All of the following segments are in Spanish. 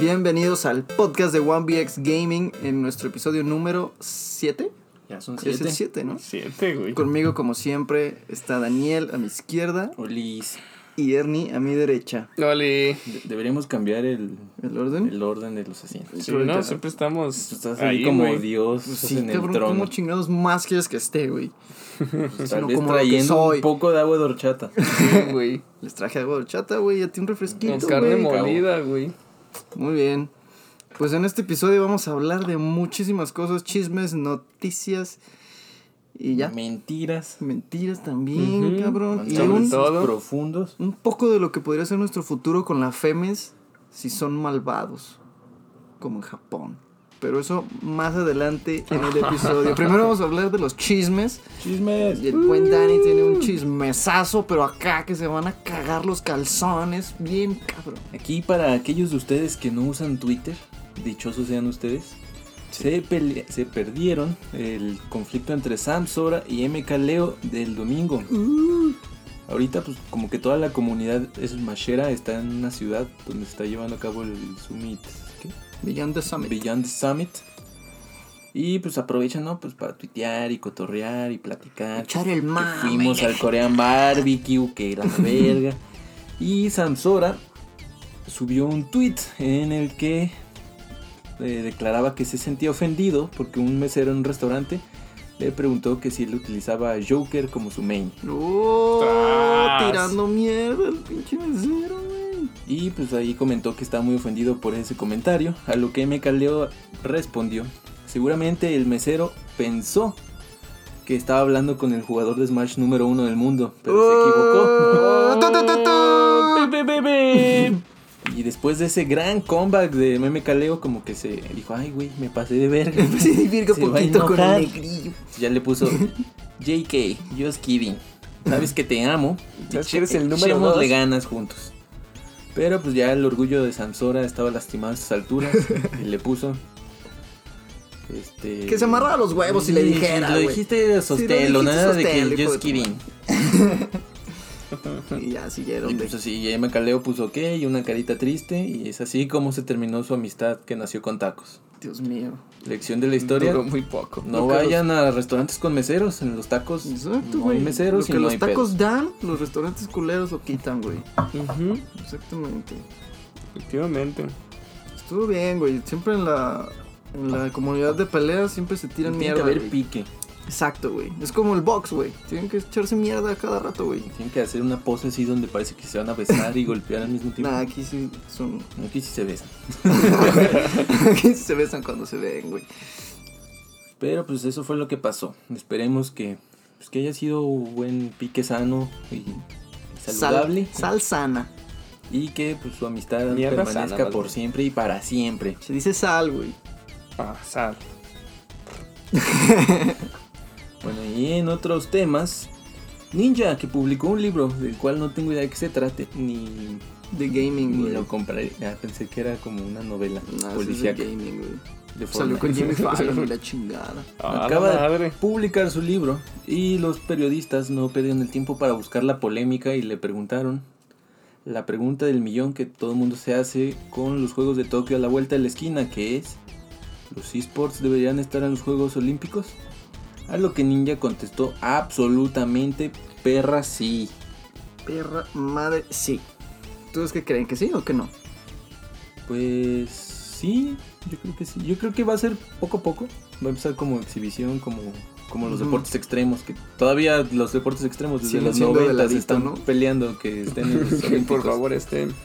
Bienvenidos al podcast de 1BX Gaming en nuestro episodio número 7. Ya son Es el 7. 7, ¿no? 7, güey. Conmigo, como siempre, está Daniel a mi izquierda Olis. y Ernie a mi derecha. Oli. de- deberíamos cambiar el, ¿El orden? el orden de los asientos. Sí, Ahorita- no, siempre estamos. Tú Pues estás ahí ahí, como güey. Dios Pues estás sí, en el cabrón, trono. ¿cómo chingados más quieres que esté, güey? Tal no vez como lo que trayendo soy. un poco de agua de horchata. Sí, güey. Les traje agua de horchata, güey, a ti un Con refresquito, carne güey. molida, güey. Muy bien. Pues en este episodio vamos a hablar de muchísimas cosas, chismes, noticias y ya. Mentiras. Mentiras también, Ujú. cabrón. Y Sobre un, todo. profundos. un poco de lo que podría ser nuestro futuro con la FEMES si son malvados, como en Japón. Pero eso más adelante en el episodio. Primero vamos a hablar de los chismes. Chismes. Y el buen Dani tiene un chismesazo, pero acá que se van a cagar los calzones. Bien, cabrón. Aquí para aquellos de ustedes que no usan Twitter, dichosos sean ustedes, se, pele- se perdieron el conflicto entre Sam Sora y MK Leo del domingo. Ahorita pues como que toda la comunidad es mashera, está en una ciudad donde se está llevando a cabo el summit, ¿qué? Beyond the Summit. Beyond the Summit. Y pues aprovechan, ¿no? Pues para tuitear y cotorrear y platicar. Echar el Que mame. Fuimos al Korean Barbecue, que la verga. Y Samsora subió un tweet en el que eh, declaraba que se sentía ofendido porque un mesero en un restaurante le preguntó que si él utilizaba a Joker como su main. ¡Oh! Tras. Tirando mierda al pinche mesero, güey. Y pues ahí comentó que está muy ofendido por ese comentario, a lo que MK Leo respondió. Seguramente el mesero pensó que estaba hablando con el jugador de Smash número uno del mundo, pero Oh, tu, tu, tu, tu. se equivocó. Y después de ese gran comeback de MK Leo, como que se dijo, ay güey, me pasé de verga. Se divirga Se va a poquito con el enojar. negrillo. Ya le puso JK, just kidding. Sabes que te amo. Sabes que eres el número Echémosle dos. ganas juntos. Pero pues ya el orgullo de Sansora estaba lastimado a estas alturas. y le puso. Este. Que se amarrara los huevos y le Sí, dijera, Lo güey. dijiste sostelo, dijiste, nada de sostelo, que hijo de just tu kidding. Y ya Y siguieron. de- pues así, ya MK Leo puso ok y una carita triste. Y es así como se terminó su amistad que nació con tacos. Dios mío. Lección de la historia. Duró muy poco. No Nunca los- vayan a restaurantes con meseros, en los tacos. Exacto, no güey. hay Lo meseros que y no los hay tacos pedos. dan, los restaurantes culeros lo quitan, güey. Ujú, Exactamente. Efectivamente. Estuvo bien, güey. Siempre en la, en la comunidad de peleas siempre se tiran Tiene que mierda. haber güey. pique. Exacto, güey. Es como el box, güey. Tienen que echarse mierda a cada rato, güey. Tienen que hacer una pose así donde parece que se van a besar y golpear al mismo tiempo. Nah, aquí sí son. Aquí sí se besan. aquí sí se besan cuando se ven, güey. Pero pues eso fue lo que pasó. Esperemos que, pues, que haya sido un buen pique sano y saludable. Sal, sal sana. y que pues, su amistad Mierda permanezca sana, más por bien. siempre y para siempre. Se dice sal, güey. Ah, sal. Bueno, y en otros temas, Ninja, que publicó un libro del cual no tengo idea de qué se trate, ni, De gaming, ni güey. lo compraré. Ah, pensé que era como una novela Nah, sí es de policíaca. gaming, güey. de Salió Fortnite. con Jimmy Fallon y la chingada. Ah, Acaba la de madre. publicar su libro y los periodistas no perdieron el tiempo para buscar la polémica y le preguntaron la pregunta del millón que todo el mundo se hace con los Juegos de Tokio a la vuelta de la esquina, que es, ¿los esports deberían estar en los Juegos Olímpicos? A lo que Ninja contestó absolutamente, perra sí. Perra madre, sí. ¿Ustedes qué creen? ¿Que sí o que no? Pues sí, yo creo que sí. Yo creo que va a ser poco a poco. Va a empezar como exhibición, como, como los Ujú. deportes extremos, que todavía los deportes extremos desde Siguen los siendo de 90 ladito, se están ¿no? peleando que estén en los Que por Olímpicos. favor este, estén.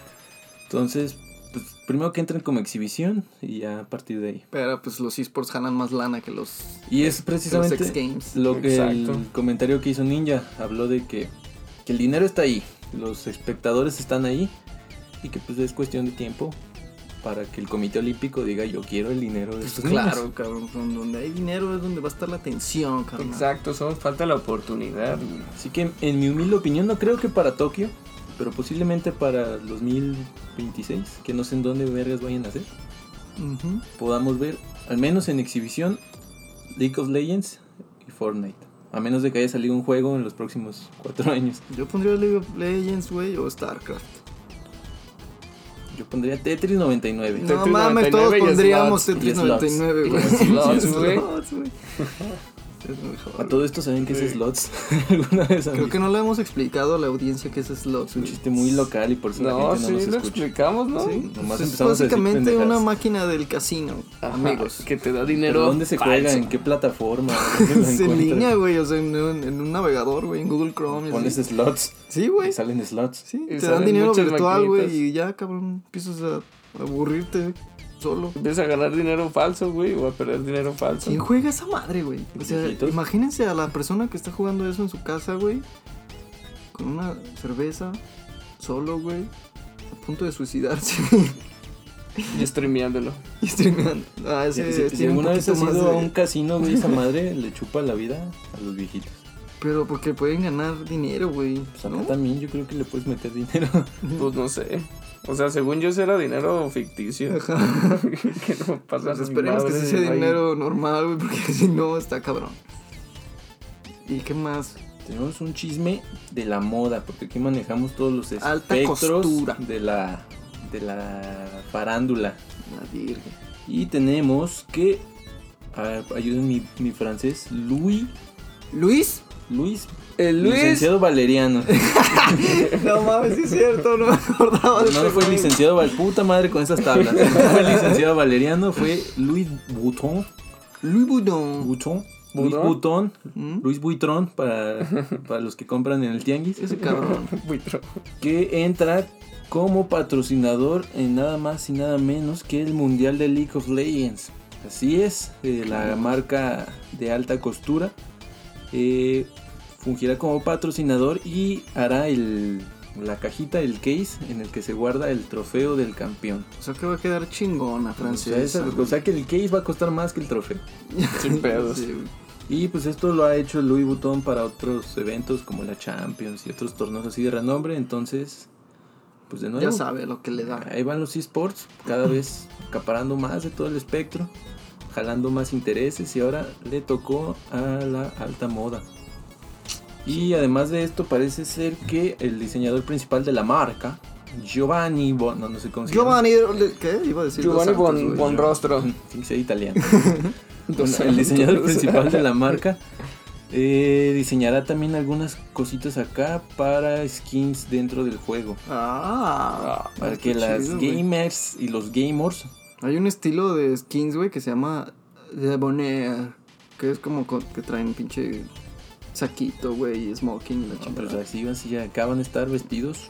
Entonces, pues, primero que entren como exhibición y ya a partir de ahí. Pero pues los esports jalan más lana que los, Y es que los X precisamente Games. lo que Exacto. el comentario que hizo Ninja habló de que, que el dinero está ahí, los espectadores están ahí y que pues es cuestión de tiempo para que el Comité Olímpico diga yo quiero el dinero de Pues estos niños". claro, cabrón. con Donde hay dinero es donde va a estar la atención, cabrón. Exacto, solo falta la oportunidad, güey. Así que en mi humilde opinión no creo que para Tokio, pero posiblemente para el 2026, que no sé en dónde vergas vayan a hacer, Ujú. podamos ver, al menos en exhibición, League of Legends y Fortnite. A menos de que haya salido un juego en los próximos cuatro años. Yo pondría League of Legends, güey, o StarCraft. Yo pondría Tetris 99. No Tetris mames, 99 todos y pondríamos slots. Tetris Y slots. 99, güey. Y Sí, slots, güey. slots, güey. Es mejor. A todo esto saben que es Sí. slots. Alguna vez han Creo visto? que no le hemos explicado a la audiencia que es slots, Es un güey. chiste muy local y por eso la No, gente sí, no lo nos escucha. explicamos, ¿no? Sí, Nomás pues es empezamos a decir básicamente pendejadas. una máquina del casino, Ajá, amigos. Que te da ¿Pero dinero. ¿Dónde se juega? falso. ¿En qué plataforma? ¿Dónde Es se Pues en encuentra? línea, güey, o sea, en un, en un navegador, güey, en Google Chrome. y Pones así. slots Sí, güey. y salen slots. Sí, Y te dan salen dinero muchas virtual, güey, maquinitas. y ya, cabrón, empiezas a aburrirte solo. Empiezas a ganar dinero falso, güey, o a perder dinero falso. ¿Quién juega esa madre, güey? O sea, Viejitos. imagínense a la persona que está jugando eso en su casa, güey, con una cerveza, solo, güey, a punto de suicidarse Y streameándolo. y streameando. Ah, ese Si- si tiene un alguna vez poquito has más ido de- a un casino, güey, esa madre le chupa la vida a los viejitos. Pero porque pueden ganar dinero, güey, Pues acá ¿no? también yo creo que le puedes meter dinero. Pues no sé. O sea, según yo, eso era dinero ficticio. Ajá. que no pasa Pues ni esperemos que madre, sí sea güey. dinero normal, güey, porque si no, está cabrón. ¿Y qué más? Tenemos un chisme de la moda, porque aquí manejamos todos los Alta espectros costura. de la de la farándula. La virgen. Y tenemos que a ver, ayuden mi, mi francés, Louis ¿Luis? Luis El Luis. licenciado Valeriano. No mames, sí es cierto, no me acordaba de No, no ese fue güey. licenciado Val, puta madre con esas tablas. No fue licenciado Valeriano, fue Luis Butón. Louis Vuitton. Butón. Luis ¿Butón? Butón. ¿Mm? Luis Buitrón para, para los que compran en el tianguis. Ese cabrón. Buitro. Que entra como patrocinador en nada más y nada menos que el Mundial de League of Legends. Así es, eh, la marca de alta costura eh, fungirá como patrocinador y hará el, la cajita, el case en el que se guarda el trofeo del campeón. O sea que va a quedar chingona, francesa. O sea, Pues, esa- güey. o sea que el case va a costar más que el trofeo. Sin pedos. Sí, güey. Y pues esto lo ha hecho Louis Vuitton para otros eventos como la Champions y otros torneos así de renombre. Entonces, pues de nuevo, ya sabe lo que le da. ahí van los esports cada vez acaparando más de todo el espectro, jalando más intereses y ahora le tocó a la alta moda. Y además de esto parece ser que el diseñador principal de la marca, Giovanni, Bo- no, no sé cómo se llama. Giovanni, ¿qué? Iba a decir dos Giovanni santos, Bon, güey. Bon Rostro. Tiene que ser italiano. Dos Bueno, el santos. diseñador principal de la marca eh, diseñará también algunas cositas acá para skins dentro del juego. Ah, Ah, Para está que las chido, güey. gamers y los gamers Hay un estilo de skins, güey, que se llama Debonair. Que es como co- que traen pinche saquito, güey, y smoking y la Ah, pero chingada. pues, así, así acaban de estar vestidos.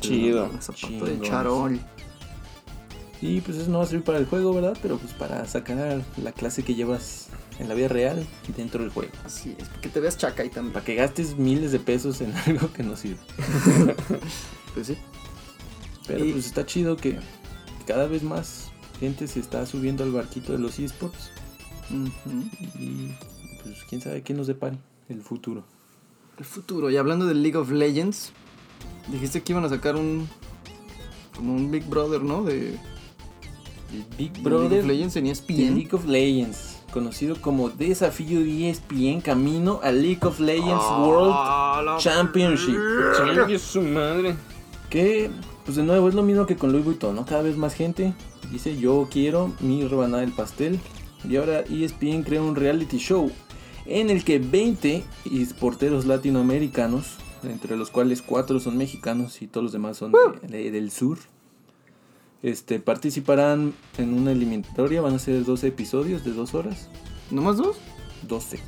Chido. Zapato de Chingón. charol. Y pues eso no va a servir para el juego, ¿verdad? Pero pues para sacar la clase que llevas en la vida real dentro del juego. Así es, que te veas chaca y también. Para que gastes miles de pesos en algo que no sirve. Pues sí. Pero Y- pues está chido que cada vez más gente se está subiendo al barquito de los esports. Ujú. Y pues quién sabe qué nos depare el futuro. El futuro. Y hablando de League of Legends, dijiste que iban a sacar un. Como un Big Brother, ¿no? De, El de Big League Brother of Legends en E de ESPN. League of Legends, conocido como Desafío E ESPN Camino a League of Legends World Ah, la- Championship. Chingue su madre. Que pues de nuevo es lo mismo que con Louis Vuitton, ¿no? Cada vez más gente dice yo quiero mi rebanada del pastel. Y ahora E ESPN crea un reality show en el que 20 esporteros latinoamericanos, entre los cuales 4 son mexicanos y todos los demás son de- de- del sur, este, participarán en una eliminatoria. Van a ser 12 episodios de 2 horas. ¿Nomás dos? 12.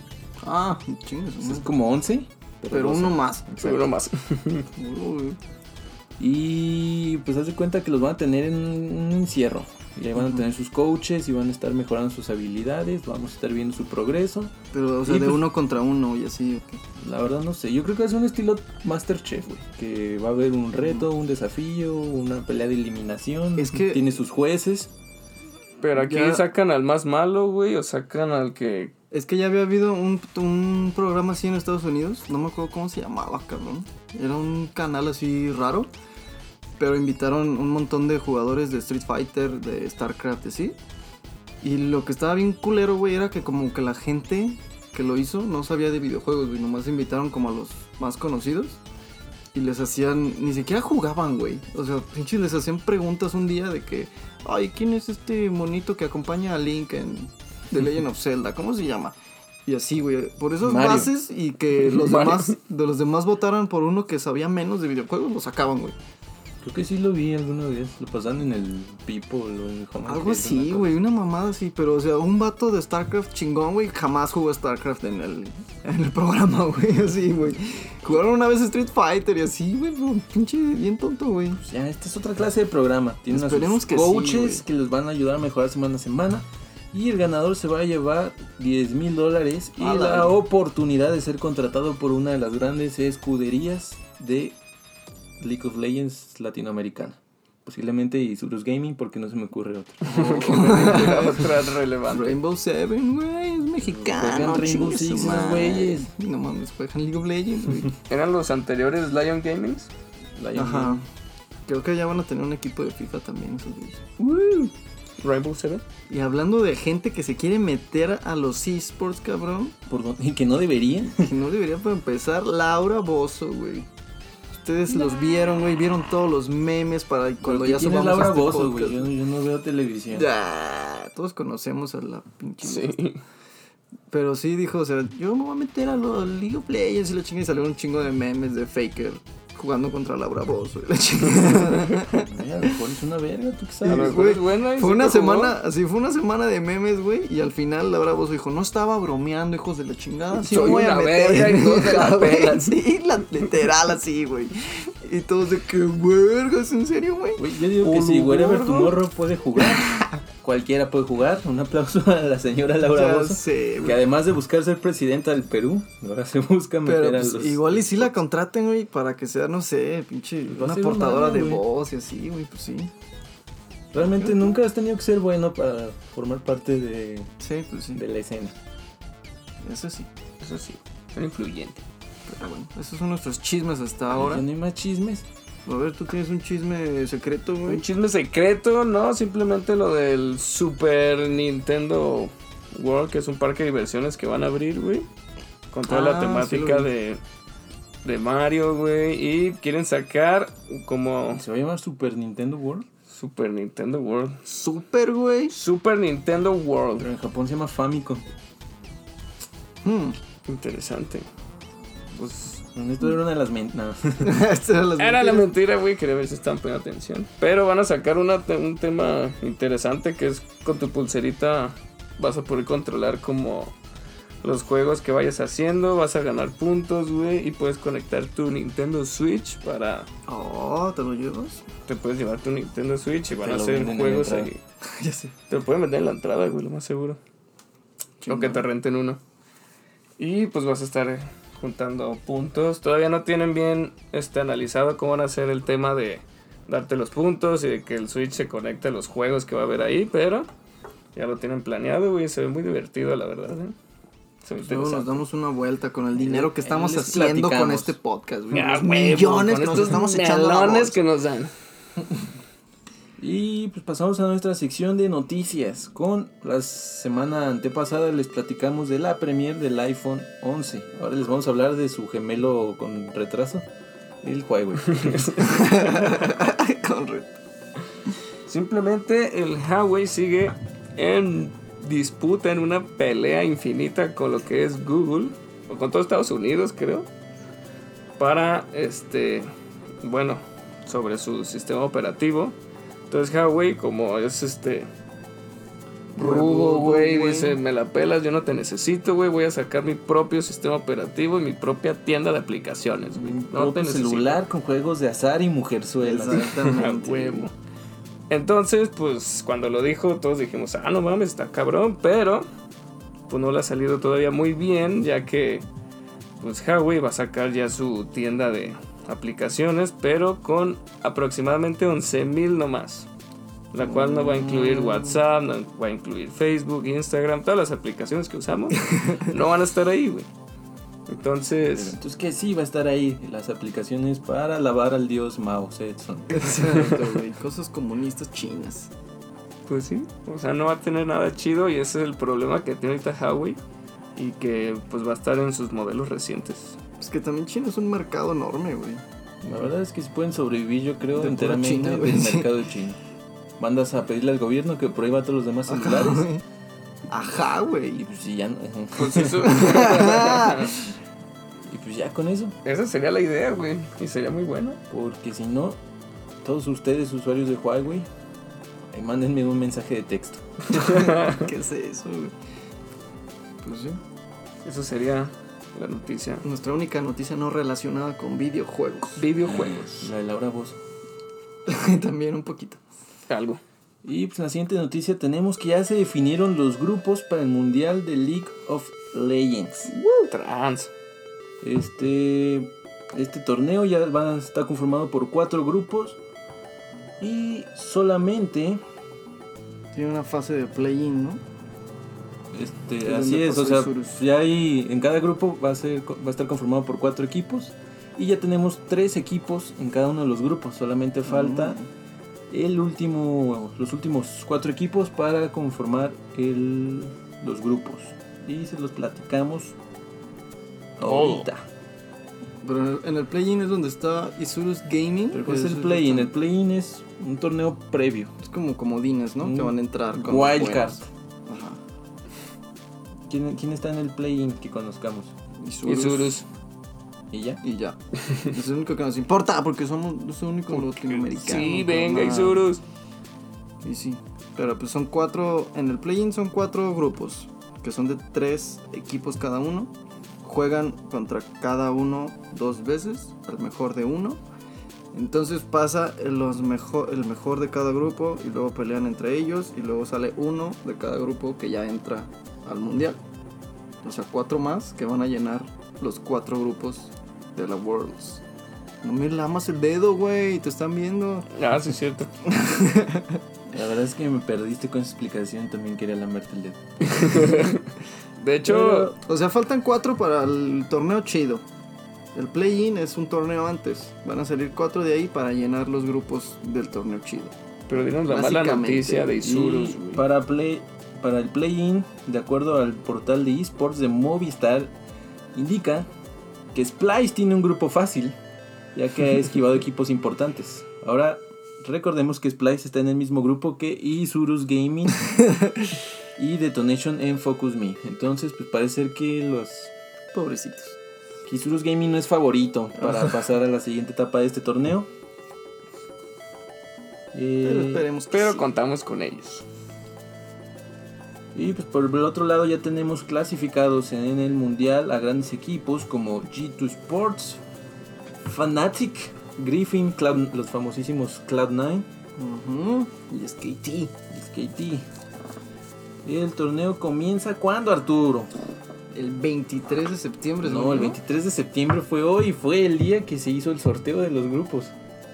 Ah, chingas. Entonces, es como 11. Pero, Pero 12. uno más. Seguro más. Uy, Y pues haz de cuenta que los van a tener en un encierro. Y ahí van a Ujú. tener sus coaches y van a estar mejorando sus habilidades. Vamos a estar viendo su progreso. Pero, o sea, Y de pues- uno contra uno y así. ok. La verdad no sé. Yo creo que es un estilo Masterchef, güey. Que va a haber un reto, un desafío, una pelea de eliminación. Es que- Tiene sus jueces. Pero aquí Ya. sacan al más malo, güey, o sacan al que. Es que ya había habido un, un programa así en Estados Unidos, no me acuerdo cómo se llamaba, cabrón. Era un canal así raro, pero invitaron un montón de jugadores de Street Fighter, de StarCraft, y así. Y lo que estaba bien culero, güey, era que como que la gente que lo hizo no sabía de videojuegos, güey. Nomás invitaron como a los más conocidos. y les hacían, ni siquiera jugaban, güey. O sea, pinches les hacían preguntas un día de que, ay, ¿quién es este monito que acompaña a Link en The Legend of Zelda? ¿Cómo se llama? Y así, güey. Por esas Mario. bases y que los Mario. demás, de los demás votaran por uno que sabía menos de videojuegos, lo sacaban, güey. Creo que sí lo vi alguna vez. Lo pasaban en el People o en el Home Algo Arcade, una así, cosa. güey, una mamada así, pero o sea, un vato de StarCraft chingón, güey, jamás jugó StarCraft en el, en el programa, güey, así, güey. Jugaron una vez Street Fighter y así, güey, pero pinche bien tonto, güey. Pues, Ya, esta es otra clase de programa. Tienen a Esperemos sus que sí, coaches güey. que los van a ayudar a mejorar semana a semana. Y el ganador se va a llevar 10 mil dólares y A la la verga. oportunidad de ser contratado por una de las grandes escuderías de League of Legends latinoamericana. Posiblemente Isurus Gaming, porque no se me ocurre otro. Porque no me era otra relevante. Rainbow Seven, güey, es mexicano. Juegan Rainbow chingue su Six esos madre. güeyes. No mames, juegan League of Legends, güey. ¿Eran los anteriores Lion Gamings? La Ajá. llaman- Creo que ya van a tener un equipo de FIFA también esos güeyes. ¿Rainbow Seven? Y hablando de gente que se quiere meter a los esports, cabrón, por don- y que no debería. que no debería para empezar, Laura Bozo, güey. Ustedes los vieron, güey, vieron todos los memes para cuando ¿Qué ya tiene subamos Laura este Bozzo, güey? podcast. Yo, yo no veo televisión. Ya, todos conocemos a la pinche Sí. Pero sí dijo, o sea, yo me voy a meter a los League of Legends y la chinga y salió un chingo de memes de Faker jugando contra Laura Bozo y la chingada. Güey, A lo mejor es una verga, tú qué A lo sabes. mejor es buena y fue sí una te jugó. semana, así fue una semana de memes, güey, y al final Laura Bozo dijo, no estaba bromeando, hijos de la chingada, sí me Soy voy a una meter. verga, hijos de la Güey, pela. Sí, la literal así, güey. Y todos de que vergas, ¿en serio, güey? Güey, yo digo que Olu si Wherever Gordo. Tomorrow puede jugar, cualquiera puede jugar. Un aplauso a la señora Laura Ya Bozo, sé, que güey. además de buscar ser presidenta del Perú, ahora se busca meter Pero a pues, los... igual y si la contraten, güey, para que sea, no sé, pinche, Pues Va a una ser una portadora mala, de güey. voz y así, güey, pues sí. Realmente nunca has tenido que ser bueno para formar parte de, Sí, pues sí. de la escena. Eso sí. Eso sí, son influyente. Pero bueno, esos son nuestros chismes hasta ahora. Ya no hay más chismes. A ver, tú tienes un chisme secreto, Un güey. chisme secreto, no, simplemente lo del Super Nintendo World, que es un parque de diversiones que van a abrir, güey. Con toda Ah, sí la temática lo vi. de, de Mario, güey. Y quieren sacar como ¿Se va a llamar Super Nintendo World? Super Nintendo World. Super, güey. Super Nintendo World. Pero en Japón se llama Famicom. Hmm. Interesante. Pues. Esto era una de las... men- no. Estas eran Este las Era la mentiras. mentira, güey. Quería ver si están poniendo atención. Pero van a sacar una te- un tema interesante que es con tu pulserita vas a poder controlar como los juegos que vayas haciendo. Vas a ganar puntos, güey. Y puedes conectar tu Nintendo Switch para. Oh, ¿te lo llevas? Te puedes llevar tu Nintendo Switch y van Te a lo hacer venden en la juegos entrada. ahí. ya sé. Te lo pueden vender en la entrada, güey, lo más seguro. O que te renten uno. Y pues vas a estar eh, juntando puntos. Todavía no tienen bien este, analizado cómo van a ser el tema de darte los puntos y de que el Switch se conecte a los juegos que va a haber ahí, pero ya lo tienen planeado, güey. Se ve muy divertido, la verdad, ¿eh? Se Pues Luego ve nos interesante. damos una vuelta con el dinero que Ahí estamos les haciendo con platicamos. este podcast, güey. Ah, Los huevo, millones con que nos estos estamos echando. a la melones bolsa. que nos dan. Y pues pasamos a nuestra sección de noticias. Con la semana antepasada les platicamos de la premier del iPhone 11. Ahora les vamos a hablar de su gemelo con retraso, el Huawei. Con re- Simplemente el Huawei sigue en disputa, en una pelea infinita con lo que es Google, o con todo Estados Unidos, creo, para este, bueno, sobre su sistema operativo. Entonces Huawei, como es este rudo, Rudo, güey, güey. dice, me la pelas, yo no te necesito, güey, voy a sacar mi propio sistema operativo y mi propia tienda de aplicaciones, güey. No te Propio necesito". celular con juegos de azar y mujerzuelas. A Exactamente. huevo. Entonces, pues cuando lo dijo, todos dijimos, ah, no mames, está cabrón, pero pues no le ha salido todavía muy bien, ya que pues Huawei va a sacar ya su tienda de aplicaciones, pero con aproximadamente 11.000 nomás. La cual no va a incluir WhatsApp, no va a incluir Facebook, Instagram, todas las aplicaciones que usamos no van a estar ahí, güey. Pero Entonces, Entonces que sí va a estar ahí las aplicaciones para alabar al dios Mao Zedong. Exacto, güey. Cosas comunistas chinas. Pues sí, o sea, no va a tener nada chido y ese es el problema que tiene ahorita Huawei y que pues va a estar en sus modelos recientes. Pues que también China es un mercado enorme, güey. La verdad es que si pueden sobrevivir, yo creo, De pura enteramente China, güey. del mercado chino. Mandas a pedirle al gobierno que prohíba a todos los demás Ajá, celulares. güey. Ajá, Y güey. pues sí, ya, no- Pues eso. y pues ya con eso. Esa sería la idea, güey. Y sería muy bueno. Porque si no, todos ustedes, usuarios de Huawei, ahí mándenme un mensaje de texto. ¿Qué es eso, güey? Pues sí. Eso sería la noticia. Nuestra única noticia no relacionada con videojuegos. Videojuegos. La de Laura Voz. También un poquito. Algo. Y pues en la siguiente noticia tenemos que ya se definieron los grupos para el Mundial de League of Legends. Trans. Este, este torneo ya va a estar conformado por cuatro grupos. Y solamente, Tiene una fase de play-in, ¿no? este, donde así es, pasó o sea, el Surus. ya hay, en cada grupo va a, ser, va a estar conformado por cuatro equipos. Y ya tenemos tres equipos en cada uno de los grupos. Solamente falta Mm. el último, los últimos cuatro equipos para conformar el, los grupos. Y se los platicamos Todo. ahorita. Pero en el, en el play-in es donde está Isurus Gaming. Pero que es el donde play-in. El están- play-in es un torneo previo. Es como comodines, ¿no? Mm. Que van a entrar con. Wildcard. buenos. Ajá. ¿Quién, quién está en el play-in que conozcamos? Isurus. Isurus. ¿Y ya? Y ya. es lo único que nos importa porque somos los únicos latinoamericanos. Sí, no venga, nada. Isurus. Y sí. Pero pues son cuatro. En el play-in son cuatro grupos. Que son de tres equipos cada uno. Juegan contra cada uno dos veces. Al mejor de uno. Entonces pasa el- los mejo- el mejor de cada grupo. Y luego pelean entre ellos. Y luego sale uno de cada grupo que ya entra al mundial. O sea, cuatro más que van a llenar los cuatro grupos de la Worlds. No me lamas el dedo, güey. Te están viendo. Ah, sí, es cierto. La verdad es que me perdiste con esa explicación. También quería lamerte el dedo. De hecho, O sea, faltan cuatro para el torneo chido. El play-in es un torneo antes. Van a salir cuatro de ahí para llenar los grupos del torneo chido. pero dinos la mala Básicamente, noticia de Isurus, Y güey. para, play, para el play-in, de acuerdo al portal de esports de Movistar, indica que Splice tiene un grupo fácil, ya que ha esquivado equipos importantes. Ahora, recordemos que Splice está en el mismo grupo que Isurus Gaming y Detonation en Focus Me. Entonces, pues parece ser que los... Pobrecitos. que Isurus Gaming no es favorito para pasar a la siguiente etapa de este torneo. Pero Eh, esperemos que Pero sí. contamos con ellos. Y pues por el otro lado ya tenemos clasificados en el mundial a grandes equipos como G2 Sports, Fnatic, Griffin, Cloud- los famosísimos Cloud9 Ujú. Y es KT. y SKT. Y E. el torneo comienza cuando Arturo? El 23 de septiembre es No, el mañana. 23 de septiembre fue hoy, fue el día que se hizo el sorteo de los grupos.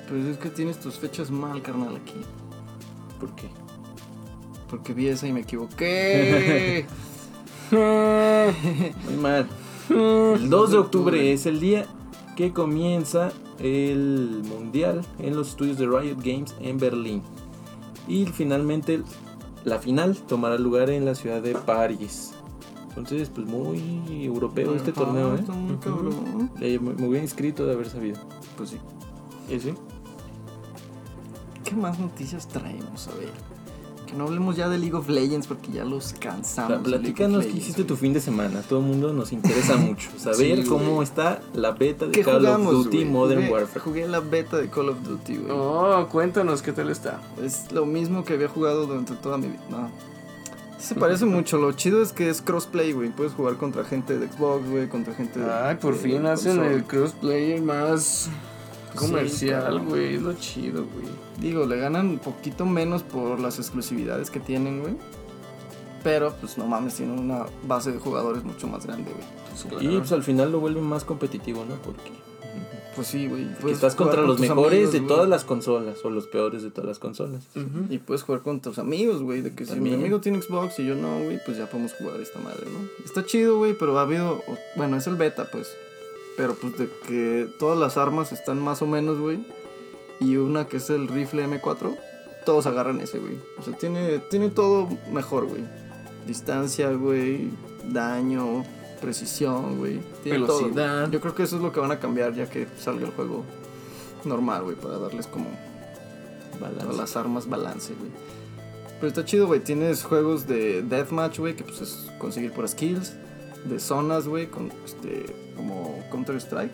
Pues es que tienes tus fechas mal, carnal, aquí. ¿Por qué? Porque vi esa y me equivoqué. Muy mal. El 2 de octubre es el día que comienza el mundial en los estudios de Riot Games en Berlín. Y finalmente la final tomará lugar en la ciudad de París. Entonces, pues muy europeo este Ajá, torneo, ¿eh? Está muy cabrón. Eh, Me me hubiera inscrito de haber sabido. Pues sí. ¿Y sí? ¿Qué más noticias traemos? A ver. Que no hablemos ya de League of Legends porque ya los cansamos. de League of Platícanos qué Legends, hiciste güey. tu fin de semana. Todo el mundo nos interesa mucho. Saber Sí, cómo güey. está la beta de ¿Qué Call jugamos? of Duty güey? Modern jugué, Warfare. Jugué la beta de Call of Duty, güey. Oh, cuéntanos qué tal está. Es lo mismo que había jugado durante toda mi vida. No. Se parece mucho. Lo chido es que es crossplay, güey. Puedes jugar contra gente de Xbox, güey. Contra gente de. Ay, por Este, de fin hacen consola. el crossplayer más comercial, cabrón. güey. es lo chido, güey. Pues Digo, le ganan un poquito menos por las exclusividades que tienen, güey. Pero, pues no mames, tienen una base de jugadores mucho más grande, güey. Y pues al final lo vuelven más competitivo, ¿no? Porque Pues sí, güey. Que puedes estás jugar contra con los tus mejores amigos, de güey. todas las consolas o los peores de todas las consolas. Ujú. Y puedes jugar con tus amigos, güey. De que si mi También. amigo tiene Xbox y yo no, güey, pues ya podemos jugar esta madre, ¿no? Está chido, güey, pero ha habido. o- Bueno, es el beta, pues. Pero pues de que todas las armas están más o menos, güey. Y una que es el rifle M4, todos agarran ese, güey. O sea, tiene, tiene todo mejor, güey. Distancia, güey. Daño, precisión, güey. Tiene todo, güey. Velocidad. Yo creo que eso es lo que van a cambiar ya que salga el juego normal, güey, para darles como a Balance. las armas balance, güey. Pero está chido, güey. Tienes juegos de deathmatch, güey, que pues es conseguir puras kills. De zonas, güey, con, este, como Counter-Strike.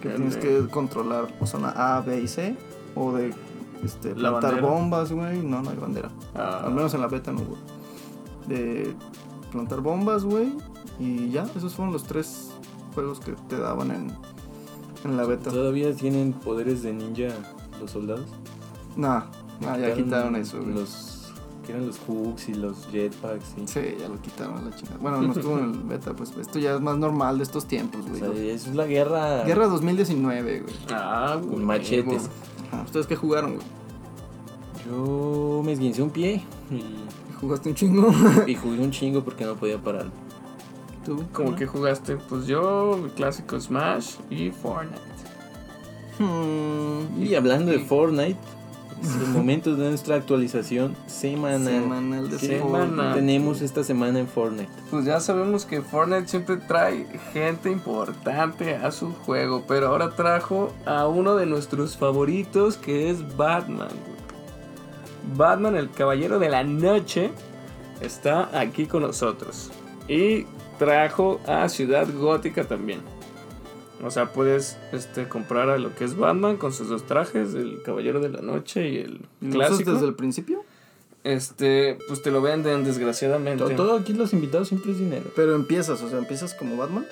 Que Ok. tienes que controlar o zona A, B y C. O de este, ¿La plantar bandera? bombas, güey. No, no hay bandera. Ah. Al menos en la beta no hubo. De plantar bombas, güey. Y ya, esos fueron los tres juegos que te daban en, en la beta. ¿Todavía tienen poderes de ninja los soldados? Nah, nah, Ah, ya quitaron eso, güey. Los, que eran los hooks y los jetpacks. Y, Sí, ya lo quitaron a la chingada. Bueno, no estuvo en el beta, pues esto ya es más normal de estos tiempos, o güey. sea, es la guerra, Guerra 2019, güey. Ah, güey. con machetes. Ajá, ¿Ustedes qué jugaron, güey? Yo me esguincé un pie y, ¿Jugaste un chingo? y jugué un chingo porque no podía parar. ¿Tú? Como ¿No? que jugaste, pues yo, el clásico Smash y Fortnite. Hmm, Y hablando de Fortnite, es el momento de nuestra actualización semanal. Semanal de ¿Qué semana. tenemos esta semana en Fortnite? Pues ya sabemos que Fortnite siempre trae gente importante a su juego, pero ahora trajo a uno de nuestros favoritos que es Batman. güey. Batman, el caballero de la noche, está aquí con nosotros. Y trajo a Ciudad Gótica también. O sea, puedes este, comprar a lo que es Batman con sus dos trajes, el Caballero de la Noche y el ¿Y lo usas clásico. desde el principio? Este, pues te lo venden desgraciadamente. To- Todo aquí los invitados siempre es dinero. Pero empiezas, o sea, empiezas como Batman.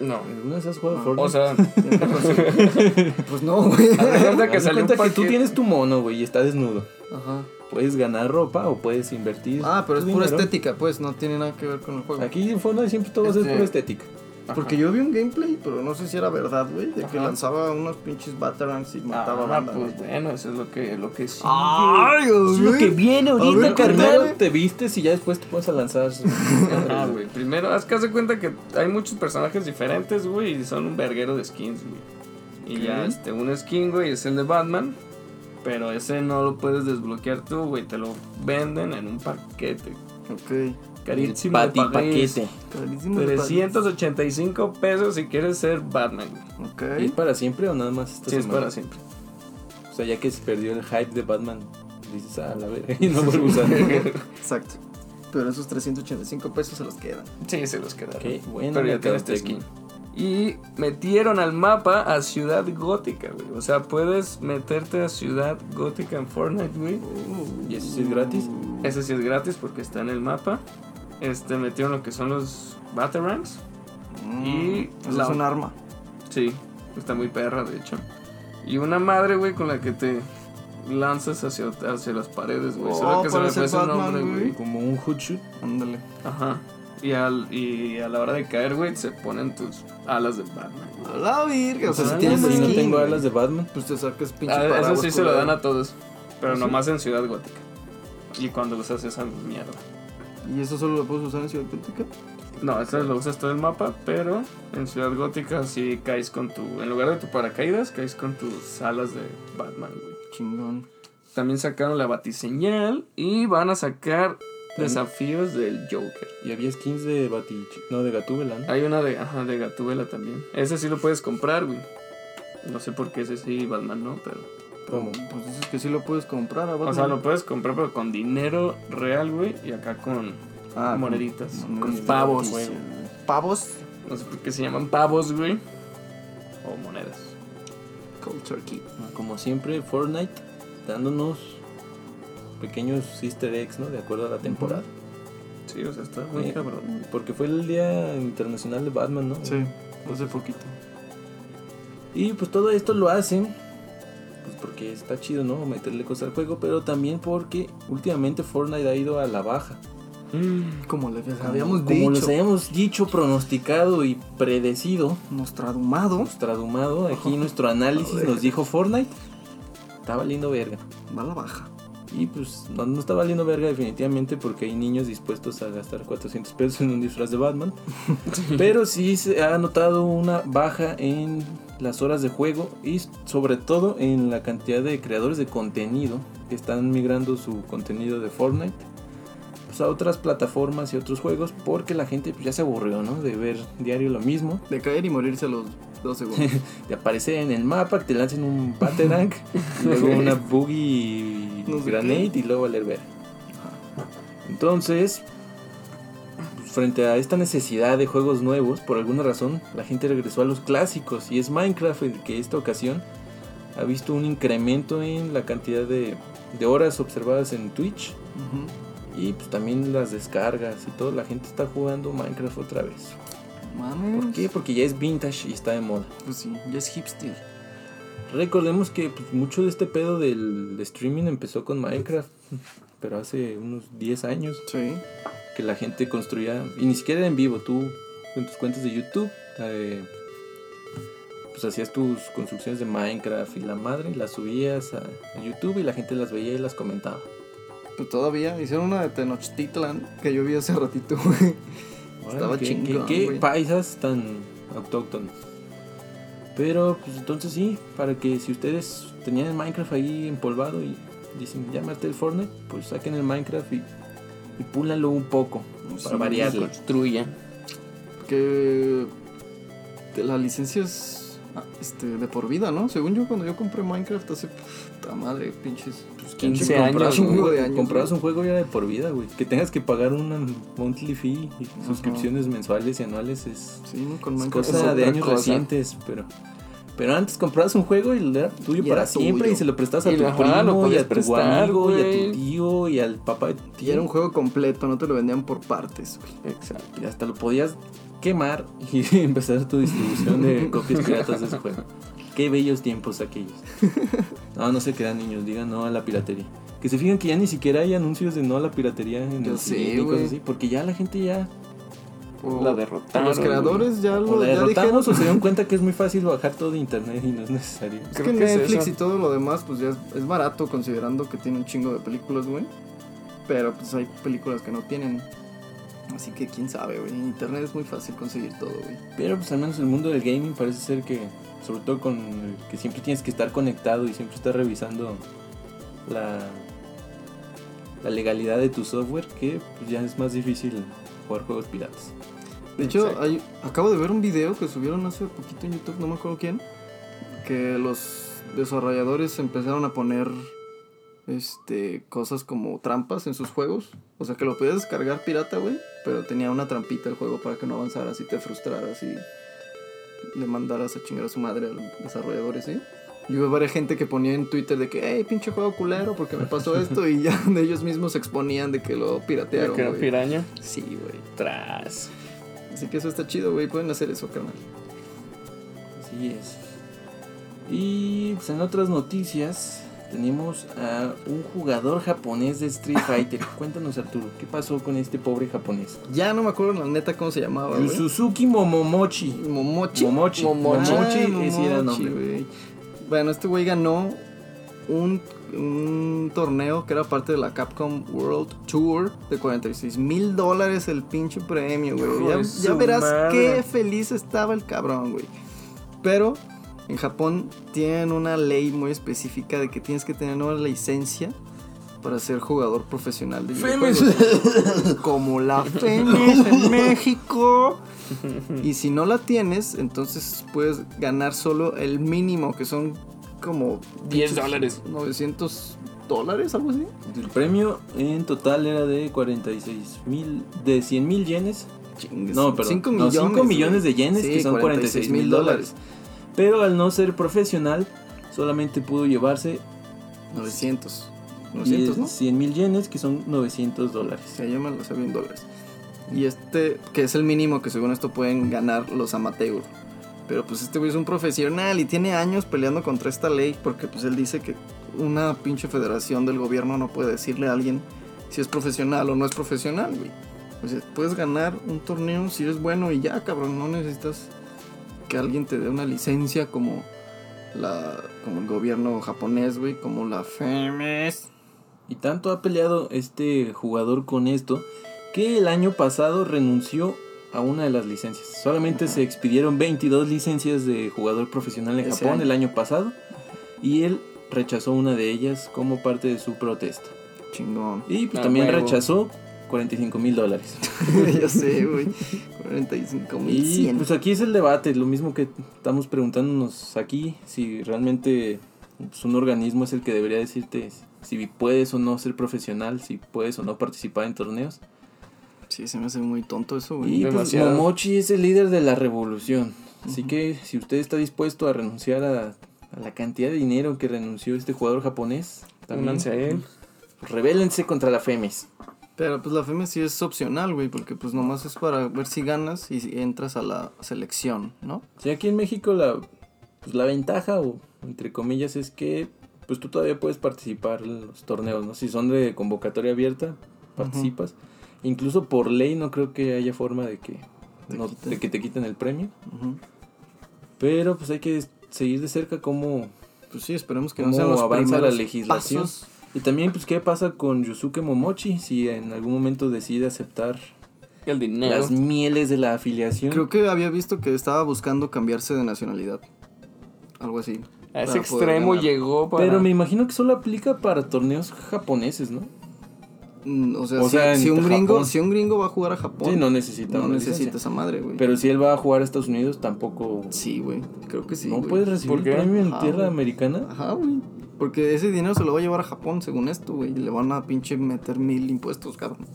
No. ¿Alguna vez has jugado a No, Fortnite? O sea, Pues no, güey. haz de cuenta que Haz de salió un cuenta que paquete. tú tienes tu mono, güey, y está desnudo. Ajá. Puedes ganar ropa o puedes invertir. Ah, pero es tu pura dinero. estética, pues, no tiene nada que ver con el juego. Aquí en Fortnite siempre todo va a ser Este- pura estética. Ajá. Porque yo vi un gameplay, pero no sé si era verdad, güey, de que Ajá. lanzaba unos pinches Batarangs y mataba Ah, banda. pues güey. bueno, eso es lo que, lo que sí. Ay, Dios mío. A ver, Primero carnal. te vistes y ya después te pones a lanzar. Ajá, Ah, güey. Primero, haz que haz de cuenta que hay muchos personajes diferentes, güey, y son un verguero de skins, güey. Y ya, Ok. este, un skin, güey, es el de Batman. Pero ese no lo puedes desbloquear tú, güey. Te lo venden en un paquete. Ok. Carísimo. El lo pagué patipaquete. Carísimo de 385 pesos si quieres ser Batman, güey. París. Ok. ¿Y ¿Es para siempre o nada más esta Sí, es semana? para siempre. O sea, ya que se perdió el hype de Batman, dices, ah, la verga, y no vuelvo a usar. Exacto. Pero esos 385 pesos se los quedan. Sí, se los quedaron. Qué bueno. Pero ya tiene este skin. Y metieron al mapa a Ciudad Gótica, güey. O sea, puedes meterte a Ciudad Gótica en Fortnite, güey. ¿Y eso sí es gratis? Mm. Ese sí es gratis porque está en el mapa. Este, metieron lo que son los Batarangs. Y Mm, Eso la- es un arma. Sí, está muy perra, de hecho. Y una madre, güey, con la que te lanzas hacia, hacia las paredes, güey. Oh, Solo que se me parece fue su Batman, nombre, güey. güey. Como un hood shoot. Ándale. Ajá. Y, al, y a la hora de caer, güey, se ponen tus alas de Batman. güey. A la virga. O sea, Ah, si Si tienes no skin, tengo güey, alas de Batman. Pues te sacas pinche Ah, eso paraguas, sí se lo dan culero. a todos, pero ¿Sí? nomás en Ciudad Gótica. Y cuando los haces esa mierda. ¿Y eso solo lo puedes usar en Ciudad Gótica? No, eso lo usas todo el mapa, pero en Ciudad Gótica sí caes con tu. En lugar de tu paracaídas, caes con tus alas de Batman, güey. Chingón. También sacaron la batiseñal y van a sacar desafíos del Joker. Y había skins de Batich. No, de Gatúbela, ¿no? Hay una de, ajá, de Gatúbela también. Ese sí lo puedes comprar, güey. No sé por qué ese sí, Batman no, pero. ¿Cómo? Pues dices que sí lo puedes comprar a Batman. O sea, lo puedes comprar, pero con dinero real, güey, y acá con Ah, moneditas. con- con moneditas, pavos. güey. Pavos. No sé por qué se llaman pavos, güey. O monedas. Cold turkey. Como siempre, Fortnite dándonos pequeños easter eggs, ¿no? De acuerdo a la temporada. Sí, o sea, está muy Eh, cabrón. Porque fue el Día Internacional de Batman, ¿no? Sí, hace poquito. Y pues todo esto lo hacen pues porque está chido, ¿no? Meterle cosas al juego, pero también porque últimamente Fortnite ha ido a la baja. Como le les Como- habíamos como dicho. les habíamos dicho, pronosticado y predecido, Nostradumado. nostradumado, aquí nuestro análisis Joder. nos dijo Fortnite está valiendo verga. Va a la baja. Y pues no, no está valiendo verga definitivamente porque hay niños dispuestos a gastar 400 pesos en un disfraz de Batman. Pero sí se ha notado una baja en las horas de juego y sobre todo en la cantidad de creadores de contenido que están migrando su contenido de Fortnite pues, a otras plataformas y otros juegos porque la gente pues, ya se aburrió, ¿no? De ver diario lo mismo. De caer y morirse a los Dos segundos. te aparece en el mapa, te lanzan un Batterack, y luego una Boogie No sé Granate y luego Valerver. Entonces, pues, frente a esta necesidad de juegos nuevos, por alguna razón, la gente regresó a los clásicos y es Minecraft el que esta ocasión ha visto un incremento en la cantidad de, de horas observadas en Twitch Ujú. y pues, también las descargas y todo. La gente está jugando Minecraft otra vez. Mames. ¿Por qué? Porque ya es vintage y está de moda. Pues sí, ya es hipster. Recordemos que pues, mucho de este pedo del streaming empezó con Minecraft, pero hace unos 10 años Sí. que la gente construía, y ni siquiera en vivo, tú en tus cuentas de YouTube, eh, pues hacías tus construcciones de Minecraft y la madre, y las subías a a YouTube y la gente las veía y las comentaba. Pero Pues todavía hicieron una de Tenochtitlan que yo vi hace ratito, güey. Estaba qué- chingón, qué- qué güey. paisas tan autóctonos. Pero pues entonces sí, para que si ustedes tenían el Minecraft ahí empolvado y dicen ya me harté el Fortnite, pues saquen el Minecraft y, y púlanlo un poco Sí, para variarlo. Construya. Que de la licencia es ah, este, de por vida, ¿no? Según yo, cuando yo compré Minecraft hace puta madre, pinches. Pues, 15 pinche, comprabas años, un un juego, chingo de años, comprabas un juego ya de por vida, güey. Que tengas que pagar una monthly fee y suscripciones mensuales y anuales es Sí, ¿no? Con Es Minecraft. es cosa de otra años cosa. recientes, pero. Pero antes comprabas un juego y era tuyo Y para era siempre tuyo. y se lo prestabas a Y tu ajá, lo primo y podías a tu prestar, amigo y a güey. tu tío y al papá de tu Y tío. era un juego completo, no te lo vendían por partes, güey. Exacto. Y hasta lo podías quemar y empezar tu distribución de copias piratas de ese juego. Qué bellos tiempos aquellos. No, no se crean niños, digan no a la piratería. Que se fijan que ya ni siquiera hay anuncios de no a la piratería en Ya el sé, cine y cosas güey. así, porque ya la gente ya O- La derrotaron. Los creadores ya o lo la ya dijeron. derrotamos o se dieron cuenta que es muy fácil bajar todo de internet y no es necesario. Es Creo que, que es Netflix eso. y todo lo demás, pues ya es, es barato considerando que tiene un chingo de películas, güey. Pero pues hay películas que no tienen. Así que quién sabe, güey. En internet es muy fácil conseguir todo, güey. Pero pues al menos el mundo del gaming parece ser que, sobre todo con el que siempre tienes que estar conectado y siempre estar revisando la, la legalidad de tu software, que pues, ya es más difícil jugar juegos piratas. De hecho, Exacto. hay- acabo de ver un video que subieron hace poquito en YouTube, no me acuerdo quién, que los desarrolladores empezaron a poner este cosas como trampas en sus juegos. O sea, que lo podías descargar pirata, güey, pero tenía una trampita el juego para que no avanzaras y te frustraras y le mandaras a chingar a su madre a los desarrolladores, ¿sí? Yo vi varias gente que ponía en Twitter de que, hey, pinche juego culero, porque me pasó esto, y ya de ellos mismos se exponían de que lo Ya piratearon. que era güey. piraña. Sí, güey. Tras. Así que eso está chido, güey. Pueden hacer eso, carnal. Así es. Y pues, en otras noticias tenemos a un jugador japonés de Street Fighter. Cuéntanos Arturo, ¿qué pasó con este pobre japonés? Ya no me acuerdo la neta cómo se llamaba, güey. Yusuzuki Momomochi. Momochi. Momochi. Momochi. Momochi, Ah, ese era el nombre. güey. Bueno, este güey ganó un, un torneo que era parte de la Capcom World Tour de 46 mil dólares el pinche premio, güey. Hijo Ya, de ya su verás madre. qué feliz estaba el cabrón, güey. Pero en Japón tienen una ley muy específica de que tienes que tener una licencia para ser jugador profesional de Femes. videojuegos. Como la Femes en México. Y si no la tienes, entonces puedes ganar solo el mínimo, que son como 10 dólares. 900 dólares, algo así. El premio en total era de 46 mil, de 100 mil yenes. Chingues, No, perdón. cinco no, cinco güey. millones de yenes, Sí, que son 46 mil dólares. Pero al no ser profesional, solamente pudo llevarse 900. 900, ¿no? 100 mil yenes, que son 900 dólares. Se llama los en dólares. Y este, que es el mínimo que según esto pueden ganar los amateurs. Pero pues este güey es un profesional y tiene años peleando contra esta ley porque pues él dice que una pinche federación del gobierno no puede decirle a alguien si es profesional o no es profesional, güey. O sea, puedes ganar un torneo si eres bueno y ya, cabrón, no necesitas que alguien te dé una licencia como la como el gobierno japonés, güey, como la FEMES. Y tanto ha peleado este jugador con esto que el año pasado renunció a una de las licencias. Solamente se expidieron 22 licencias de jugador profesional en Ese Japón año. el año pasado y él rechazó una de ellas como parte de su protesta. Chingón. Y pues A también huevo. rechazó 45 mil dólares. ya sé, güey. 45 mil Y pues aquí es el debate, lo mismo que estamos preguntándonos aquí, si realmente pues, un organismo es el que debería decirte si puedes o no ser profesional, si puedes o no participar en torneos. Sí, se me hace muy tonto eso, güey. Y pues Demasiado. Momochi es el líder de la revolución, así que si usted está dispuesto a renunciar a, a la cantidad de dinero que renunció este jugador japonés, también Únanse a él. rebélense contra la FEMES. Pero pues la FEME sí es opcional, güey, porque pues nomás es para ver si ganas y si entras a la selección, ¿no? Sí, aquí en México la, pues, la ventaja, o entre comillas, es que pues tú todavía puedes participar en los torneos, ¿no? Si son de convocatoria abierta, participas. Incluso por ley no creo que haya forma de que, Te no- quiten. de que te quiten el premio. Ujú. Pero pues hay que seguir de cerca cómo... Pues sí, esperemos que no ¿Cómo sean los avanza la primeros legislación? pasos. Y también pues qué pasa con Yusuke Momochi si en algún momento decide aceptar El dinero. las mieles de la afiliación. Creo que había visto que estaba buscando cambiarse de nacionalidad. Algo así. A para ese poder extremo ganar. llegó para. Pero me imagino que solo aplica para torneos japoneses, ¿no? Mm, O sea, O si, sea, en si un gringo, Japón. si un gringo va a jugar a Japón, Sí, no necesita no una necesita licencia. esa madre, güey. Pero si él va a jugar a Estados Unidos, tampoco. Sí, güey. Creo que sí. no güey. puedes recibir ¿Por qué? premio en Ajá, tierra güey. americana. Ajá, güey. Porque ese dinero se lo va a llevar a Japón, según esto, güey. Y le van a pinche meter mil impuestos, cabrón.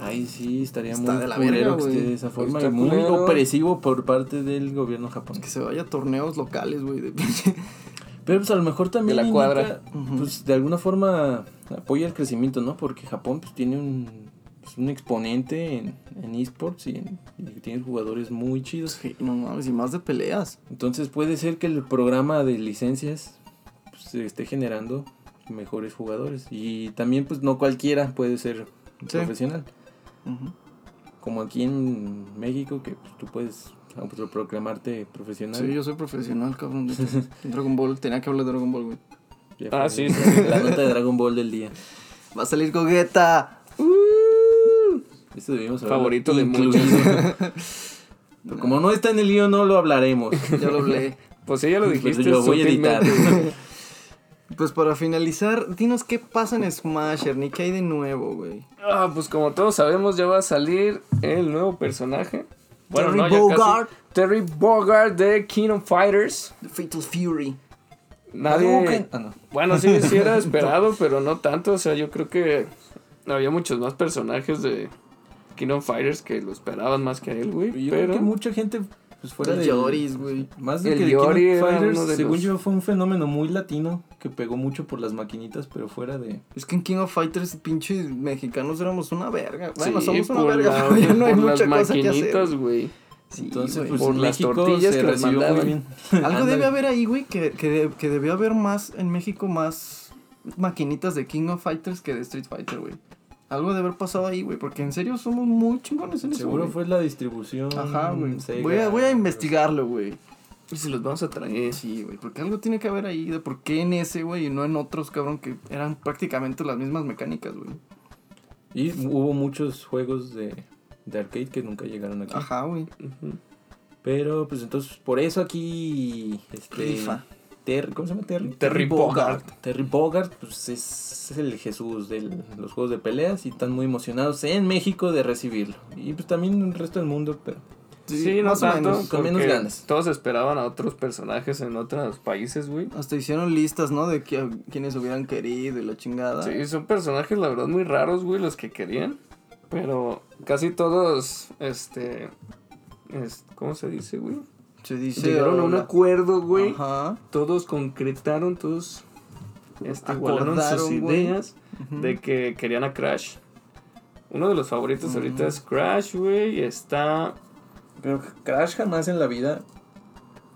Ay, sí, estaría Está muy de la verga, culero que esté güey. de esa forma. Está muy culero. opresivo por parte del gobierno japonés. Que se vaya a torneos locales, güey. De pinche. Pero pues a lo mejor también. la indica, cuadra. Ujú. Pues de alguna forma apoya el crecimiento, ¿no? Porque Japón pues, tiene un, pues, un exponente en, en esports y, en- y tiene jugadores muy chidos. Sí, no mames, y más de peleas. Entonces puede ser que el programa de licencias pues, se esté generando mejores jugadores. Y también pues no cualquiera puede ser Sí. profesional. Ujú. Como aquí en México que pues, tú puedes autoproclamarte profesional. Sí, yo soy profesional, cabrón. De hecho. Dragon Ball, tenía que hablar de Dragon Ball, güey. Ya Ah, fue sí, sí, sí. La nota de Dragon Ball del día. Va a salir Gogeta. ¡Uh! Este debimos haberlo Favorito de incluido. Pero como no está en el lío no lo hablaremos. Ya lo hablé. Pues sí, ya lo Pero dijiste. yo lo voy a editar. sutilmente. Pues para finalizar, dinos qué pasa en Smash, Ernie. ¿Qué hay de nuevo, güey? Ah, pues como todos sabemos, ya va a salir el nuevo personaje. Bueno, Terry no, ya casi. Bogard. Terry Bogard de Kingdom Fighters. The Fatal Fury. Nadie. Ah, no. Bueno, sí, sí era esperado, pero no tanto. O sea, yo creo que había muchos más personajes de Kingdom Fighters que lo esperaban más que a él, güey. Yo creo Pero que mucha gente pues, fuera El de Yoris, güey. Más de El que de Yori King of era Fighters, uno de según los- yo fue un fenómeno muy latino que pegó mucho por las maquinitas, pero fuera de Es que en King of Fighters, pinches mexicanos éramos una verga. Bueno, Sí, somos una por verga, la- güey. No hay por mucha las cosa que hacer. maquinitas, güey. Sí, entonces güey. pues Por en las México tortillas se que les recibió muy mandaban. bien. Algo Ándale. debe haber ahí, güey, que, que, de- que debió haber más en México, más maquinitas de King of Fighters que de Street Fighter, güey. Algo de haber pasado ahí, güey, porque en serio somos muy chingones en Seguro eso. güey. fue la distribución. Ajá, güey. Sega. Voy a, voy a investigarlo, güey. Y se los vamos a traer. Sí, güey, porque algo tiene que haber ahí de por qué en ese, güey, y no en otros, cabrón, que eran prácticamente las mismas mecánicas, güey. Y hubo muchos juegos de, de arcade que nunca llegaron aquí. Ajá, güey. Ujú. Pero pues entonces por eso aquí este Rifa. Ter- ¿Cómo se llama Terry? Terry Bogard. Terry Bogard pues es, es el Jesús de los juegos de peleas y están muy emocionados en México de recibirlo. Y pues también en el resto del mundo, pero Sí, no más o tanto. menos. con menos porque ganas. Todos esperaban a otros personajes en otros países, güey. Hasta hicieron listas, ¿no? De qui- quienes hubieran querido y la chingada. Sí, son personajes, la verdad, muy raros, güey, los que querían. Pero casi todos, este. es- ¿Cómo se dice, güey? Se dice. Llegaron a un hola. acuerdo, güey. Ajá. Todos concretaron, todos. Este, Acordaron, igualaron sus güey. ideas de que querían a Crash. Uno de los favoritos ahorita es Crash, güey. y Está. pero Crash jamás en la vida.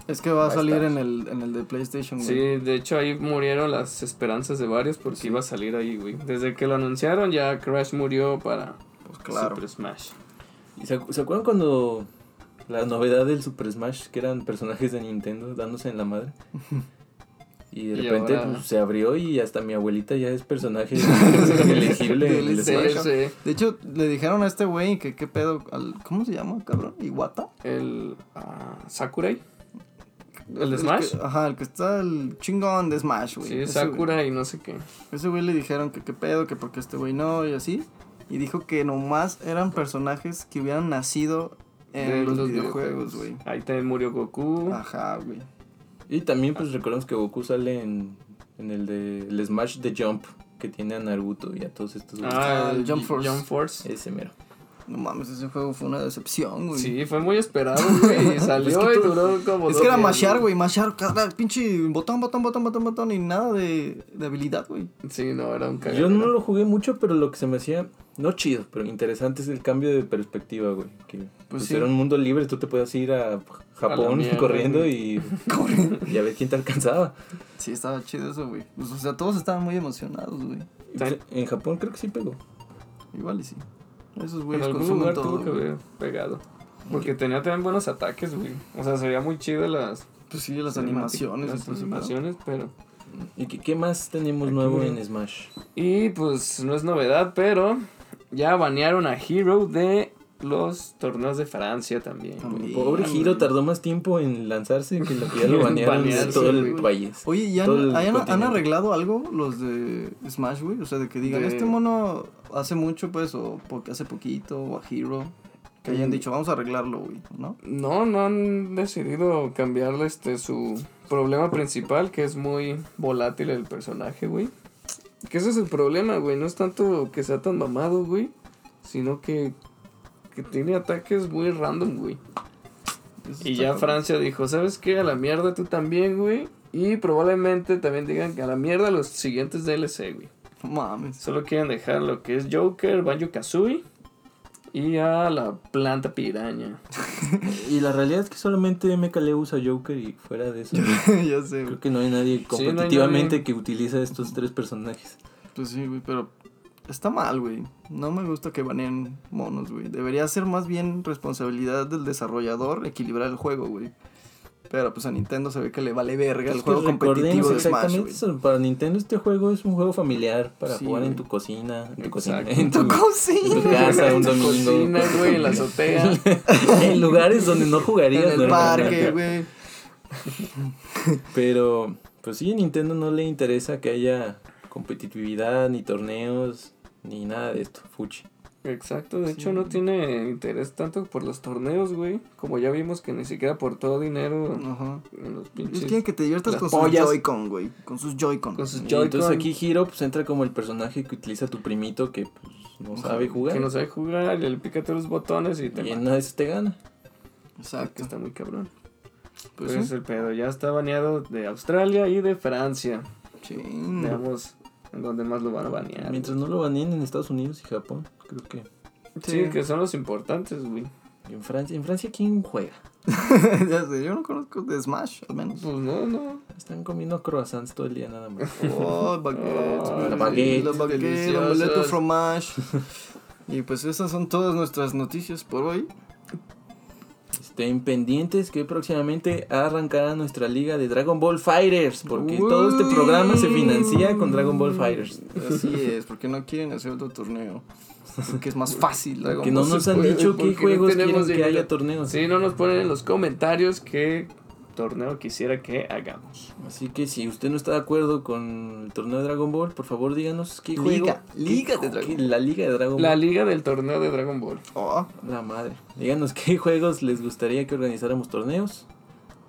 Es que va a Va a salir estar. en el, en el de PlayStation, güey. Sí, de hecho ahí murieron las esperanzas de varios porque iba a salir ahí, güey. Desde que lo anunciaron ya Crash murió para Pues claro. Super Smash. ¿Y se, acu- se acuerdan cuando la novedad del Super Smash que eran personajes de Nintendo dándose en la madre? Y de Y repente ahora- pues, se abrió y hasta mi abuelita ya es personaje elegible en el DLC. Sí, Smash. sí. De hecho, le dijeron a este güey que qué pedo. al- ¿Cómo se llama, cabrón? ¿Iwata? El ah, Sakurai. ¿El de que- Smash? ajá, el que está el chingón de Smash, güey. Sí, Ese Sakura y no sé qué. güey- Ese güey le dijeron que qué pedo, que porque este güey no y así. Y dijo que nomás eran personajes que hubieran nacido en de los, videojuegos, güey. Ah. Ahí también murió Goku. Ajá, güey. Y también pues recordemos que Goku sale en, en el de el Smash de Jump que tiene a Naruto y a todos estos güeyes. Ah, el J- Jump Force. Ese mero. No mames, ese juego fue una decepción, güey. Sí, fue muy esperado, güey. Y salió Pues Es que y tú- duró como Es dos que era días, mashear, güey. güey, mashear, cada pinche botón, botón, botón, botón, botón y nada de, de habilidad, güey. Sí, no, era un Yo cagadero. no lo jugué mucho, pero lo que se me hacía, no chido, pero interesante es el cambio de perspectiva, güey. Que pues, sí. era un mundo libre, tú te podías ir a Japón mierda, corriendo y Corre. ya ves quién te alcanzaba. Sí, estaba chido eso, güey. Pues, o sea, todos estaban muy emocionados, güey. Y, pues, en Japón creo que sí pegó. Igual y sí. Esos En güeyes algún consumen lugar tuvo todo. que güey. haber pegado. Porque tenía también buenos ataques, güey. O sea, sería muy chido las, Pues sí, las animaciones. y Las todo ese pedo. animaciones, pero. ¿Y qué, qué más tenemos Aquí, nuevo güey. en Smash? Y pues no es novedad, pero ya banearon a Hero de los torneos de Francia también. güey. Sí, Pobre güey. Hiro tardó más tiempo en lanzarse que lo que ya lo banearon de Banearse, todo el güey. país. Oye, ¿y han, Todo el han- han continente. arreglado algo los de Smash, güey? O sea, de que digan, De- este mono hace mucho, pues, o po- hace poquito, o a Hero. Que hayan Mm. dicho, vamos a arreglarlo, güey, ¿no? No, no han decidido cambiarle este su problema principal, que es muy volátil el personaje, güey. Que ese es el problema, güey. No es tanto que sea tan mamado, güey. Sino que, que tiene ataques muy random, güey. Eso Y está ya cabrón. Francia dijo, ¿sabes qué? A la mierda tú también, güey. Y probablemente también digan que a la mierda los siguientes DLC, güey. No Mames. Solo quieren dejar lo que es Joker, Banjo Kazooie y a la planta piraña. Y la realidad es que solamente MKLE usa Joker y fuera de eso. ya sé, güey. Creo que no hay nadie no hay nadie. competitivamente que utiliza estos tres personajes. Pues sí, güey, pero está mal, güey. No me gusta que baneen monos, güey. Debería ser más bien responsabilidad del desarrollador equilibrar el juego, güey. Pero pues a Nintendo se ve que le vale verga el Es que juego competitivo recordemos de Smash, exactamente güey. eso, Para Nintendo este juego es un juego familiar para Sí, jugar en güey. tu cocina, en tu Exacto. cocina, En en tu, tu en tu cocina. casa un En tu domingo. cocina, güey, en la azotea. en lugares donde no En jugarías el normalmente. parque, güey. Pero pues sí, a Nintendo no le interesa que haya competitividad ni torneos ni nada de esto, fuchi. Exacto, de hecho no tiene interés tanto por los torneos, güey. Como ya vimos que ni siquiera por todo dinero Ajá. Pues en los Ellos pinches. quieren que te diviertas Las con sus pollas. Joy-Con, güey. Con sus Joy-Con. Con sus Y Joy-Con, entonces aquí Hiro pues entra como el personaje que utiliza tu primito que pues no sabe jugar que no sabe jugar, le pica todos los botones y te y en mata. una de esas te gana. Que Exacto. está muy cabrón. Pues Pues sí. el pedo, ya está baneado de Australia y de Francia. Chin. Veamos en dónde más lo van a banear. Mm. Mientras no lo baneen en Estados Unidos y Japón, creo que Sí, Sí. que son los importantes, güey. y en Francia, en Francia quién juega? ya sé, yo no conozco de Smash, al menos. Pues no, no. Están comiendo croissants todo el día nada más. Oh, baguettes. Oh, güey. la baguette. La baguette, la Deliciosas. omelette au fromage. Y pues esas son todas nuestras noticias por hoy. Estén pendientes que próximamente arrancará nuestra liga de Dragon Ball Fighters, porque Uy. todo este programa se financia con Dragon Ball Fighters. Así es, porque no quieren hacer otro torneo. Porque es más fácil. Dragon Que no Ball nos Z. han puede, dicho porque qué no juegos tenemos quieren que dinero. haya torneos. Sí, no nos ponen en los comentarios qué torneo quisiera que hagamos. Así que si usted no está de acuerdo con el torneo de Dragon Ball, por favor díganos qué Liga, juego. liga qué- de Dragon qué- La liga de Dragon La Ball. liga del torneo de Dragon Ball. Oh, La madre. Díganos qué juegos les gustaría que organizáramos torneos,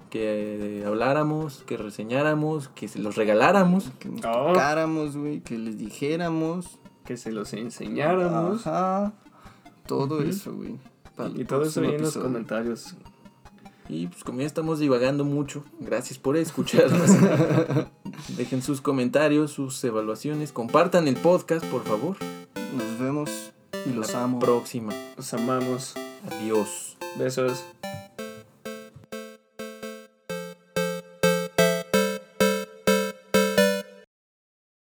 que eh, habláramos, que reseñáramos, que se los regaláramos. que nos Oh. tocáramos, güey. Que les dijéramos. Que se los enseñáramos. Ajá. Todo eso, güey. para el Y todo eso próximo ahí en los episodio. comentarios. Y pues como ya estamos divagando mucho, gracias por escucharnos. Dejen sus comentarios, sus evaluaciones, compartan el podcast, por favor. Nos vemos y los La amo. próxima. Los amamos. Adiós. Besos.